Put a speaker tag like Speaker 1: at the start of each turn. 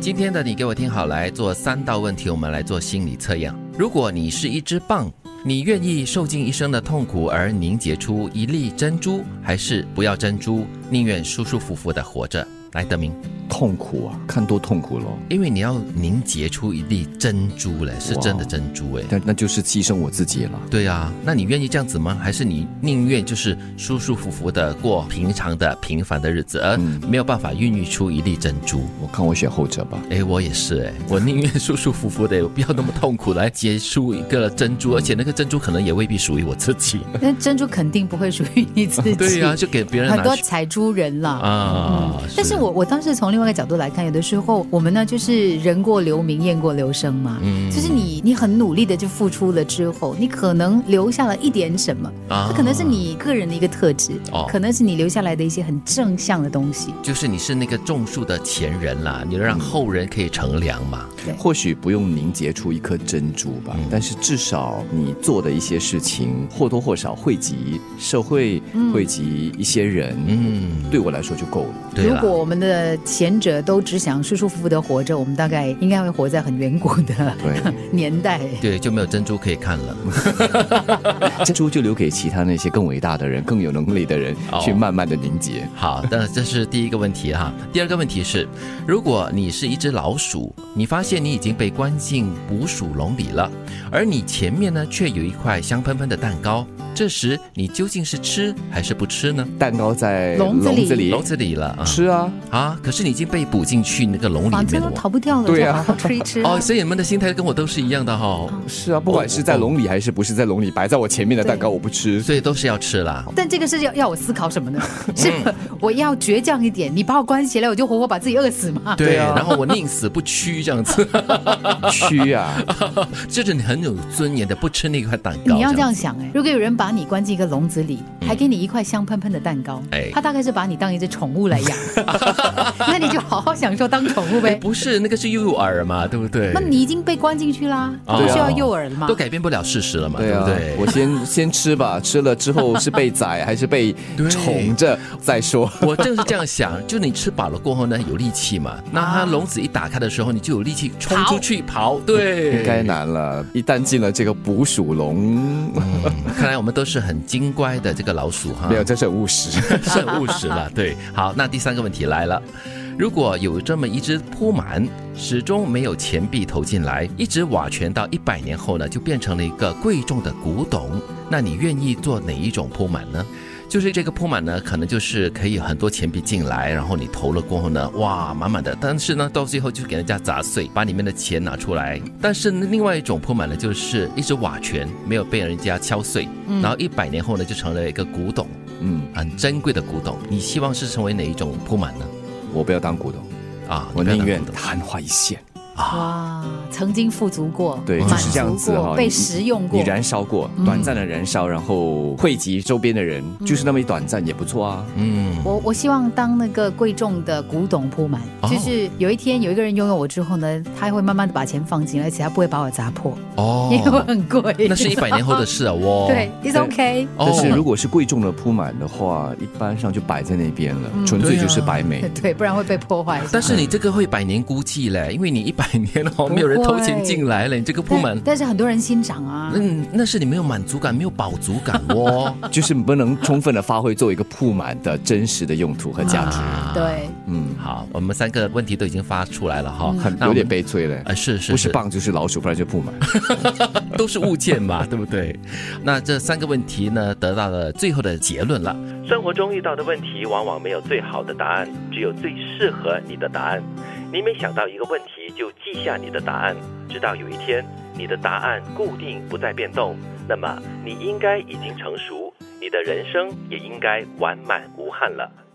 Speaker 1: 今天的你给我听好，来做三道问题，我们来做心理测验。如果你是一支棒，你愿意受尽一生的痛苦而凝结出一粒珍珠，还是不要珍珠，宁愿舒舒服服的活着？来，德明，
Speaker 2: 痛苦啊，看多痛苦咯。
Speaker 1: 因为你要凝结出一粒珍珠嘞，是真的
Speaker 2: 哇
Speaker 1: 珍珠哎。
Speaker 2: 但那就是牺牲我自己了。
Speaker 1: 对啊，那你愿意这样子吗？还是你宁愿就是舒舒服服的过平常的平凡的日子，而没有办法孕育出一粒珍珠？
Speaker 2: 我看我选后者吧。
Speaker 1: 哎，我也是哎，我宁愿舒舒服服的，我不要那么痛苦来结束一个珍珠，而且那个珍珠可能也未必属于我自己。
Speaker 3: 那珍珠肯定不会属于你自己。
Speaker 1: 哦对 呀、就给别人
Speaker 3: 很
Speaker 1: 拿
Speaker 3: 多
Speaker 1: 去
Speaker 3: 采珠人啦。
Speaker 1: 啊。
Speaker 3: 但是我我当时从另外一个角度来看，有的时候我们呢就是人过留名，雁过留声嘛。
Speaker 1: 嗯
Speaker 3: 就是你，你很努力的就付出了之后，你可能留下了一点什么，
Speaker 1: 啊
Speaker 3: 这可能是你个人的一个特质，
Speaker 1: 哦
Speaker 3: 可能是你留下来的一些很正向的东西。
Speaker 1: 就是你是那个种树的前人啦，你让后人可以乘凉嘛。
Speaker 2: 或许不用凝结出一颗珍珠吧，但是至少你做的一些事情或多或少惠及社会，惠及一些人，
Speaker 1: 嗯，
Speaker 2: 对我来说就够了。
Speaker 1: 对
Speaker 3: 如
Speaker 1: 啦
Speaker 3: 果我们的前者都只想舒舒服服的活着，我们大概应该会活在很远古的
Speaker 2: 对，
Speaker 3: 年代。
Speaker 1: 对，就没有珍珠可以看了。
Speaker 2: 珍珠就留给其他那些更伟大的人、更有能力的人
Speaker 1: 哦
Speaker 2: 去慢慢的凝结。
Speaker 1: 好的，这是第一个问题哈。第二个问题是，如果你是一只老鼠，你发现你已经被关进捕鼠笼里了，而你前面呢却有一块香喷喷的蛋糕，这时你究竟是吃还是不吃呢？
Speaker 2: 蛋糕在
Speaker 3: 笼子里
Speaker 1: 笼子里了啊
Speaker 2: 吃啊，
Speaker 1: 啊！可是你已经被捕进去那个笼里
Speaker 3: 反
Speaker 1: 面
Speaker 3: 正
Speaker 1: 了
Speaker 3: 都
Speaker 1: 哦。
Speaker 3: 逃不掉了，
Speaker 2: 对啊
Speaker 3: 就好好吃一吃啊。
Speaker 1: 哦，所以你们的心态跟我都是一样的哈、哦，
Speaker 2: 是啊，不管是在笼里还是不是在笼里，摆在我前面的蛋糕
Speaker 3: 对
Speaker 2: 我不吃。
Speaker 1: 所以都是要吃啦。
Speaker 3: 但这个是要要我思考什么呢？是
Speaker 2: 嗯
Speaker 3: 我要倔强一点，你把我关起来，我就活活把自己饿死吗？
Speaker 1: 对，
Speaker 2: 对啊
Speaker 1: 然后我宁死不屈这样子，
Speaker 2: 蛆啊，
Speaker 1: 就是你很有尊严的不吃那块蛋糕。
Speaker 3: 你要这样
Speaker 1: 子
Speaker 3: 想哎，如果有人把你关进一个笼子里，
Speaker 2: 嗯
Speaker 3: 还给你一块香喷喷的蛋糕，
Speaker 1: 哎
Speaker 3: 他大概是把你当一只宠物 来养， 那你就好好享受当宠物呗。
Speaker 2: 哎
Speaker 1: 不是那个是诱饵嘛，对不对？
Speaker 3: 那你已经被关进去啦，
Speaker 1: 哦
Speaker 2: 啊
Speaker 3: 不需要诱饵了嘛
Speaker 1: 都？改变不了事实了嘛，
Speaker 2: 对
Speaker 1: 不
Speaker 2: 啊，
Speaker 1: 对？
Speaker 2: 我先 先吃吧，吃了之后是被宰还是被
Speaker 1: 对
Speaker 2: 宠着再说。
Speaker 1: 我正是这样想，就你吃饱了过后呢，有力气 嘛，那它笼子一打开的时候，你就有力气冲出去跑，对，
Speaker 2: 应该。难了，一旦进了这个捕鼠笼，
Speaker 1: 嗯看来我们都是很精乖的这个老鼠哈
Speaker 2: 没，有，真是很务实。
Speaker 1: 是很务实了。对，好，那第三个问题来了，如果有这么一只铺满，始终没有钱币投进来，一直瓦全到一百年后呢，就变成了一个贵重的古董，那你愿意做哪一种铺满呢？就是这个铺满呢，可能就是可以很多钱币进来，然后你投了过后呢，哇，满满的。但是呢，到最后就给人家砸碎，把里面的钱拿出来。但是呢另外一种铺满呢，就是一只瓦全没有被人家敲碎，然后一百年后呢，就成了一个古董，
Speaker 2: 嗯，
Speaker 1: 很珍贵的古董。你希望是成为哪一种铺满呢？
Speaker 2: 我不要当股东，
Speaker 1: 啊，
Speaker 2: 我
Speaker 1: 你不要
Speaker 2: 宁
Speaker 1: 当
Speaker 2: 愿
Speaker 1: 古董
Speaker 2: 昙花一现。
Speaker 3: 哇，曾经富足过，
Speaker 2: 对，
Speaker 3: 满
Speaker 2: 就是这样
Speaker 3: 足
Speaker 2: 子哈、
Speaker 3: 过，被食用
Speaker 2: 你
Speaker 3: 过
Speaker 2: 你。燃烧过，短暂的燃烧，然后惠及周边的人，就是那么一短暂也不错啊。
Speaker 1: 嗯，
Speaker 3: 我我希望当那个贵重的古董铺满，
Speaker 1: 哦
Speaker 3: 就是有一天有一个人拥有我之后呢，他会慢慢的把钱放进来，而且他不会把我砸破，因为我
Speaker 1: 哦，
Speaker 3: 很贵。
Speaker 1: 那 是一百年后的事啊，哇，
Speaker 3: 对，it's OK。
Speaker 1: 哦，
Speaker 2: 但是如果是贵重的铺满的话，一般上就摆在那边了，
Speaker 1: 嗯
Speaker 2: 纯粹就是摆美。
Speaker 1: 啊
Speaker 3: 对，不然会被破坏。
Speaker 1: 但是你这个会百年孤寂嘞，因为你一百年哦，没有人投钱进来了，你这个铺满
Speaker 3: 但，但是很多人欣赏啊。
Speaker 1: 嗯，那是你没有满足感，没有饱足感哦。
Speaker 2: 就是不能充分的发挥作为一个铺满的真实的用途和价值。
Speaker 1: 啊，
Speaker 3: 对，
Speaker 2: 嗯，
Speaker 1: 好，我们三个问题都已经发出来了哈，
Speaker 3: 嗯
Speaker 2: 很
Speaker 1: 那我
Speaker 2: 有
Speaker 1: 们
Speaker 2: 点悲催嘞。
Speaker 1: 呃，是是
Speaker 2: 不是，棒就是老鼠，不然就铺满。
Speaker 1: 都是物件嘛，对不对？那这三个问题呢，得到了最后的结论了。
Speaker 4: 生活中遇到的问题，往往没有最好的答案，只有最适合你的答案。你每想到一个问题，就记下你的答案，直到有一天你的答案固定不再变动，那么你应该已经成熟，你的人生也应该完满无憾了。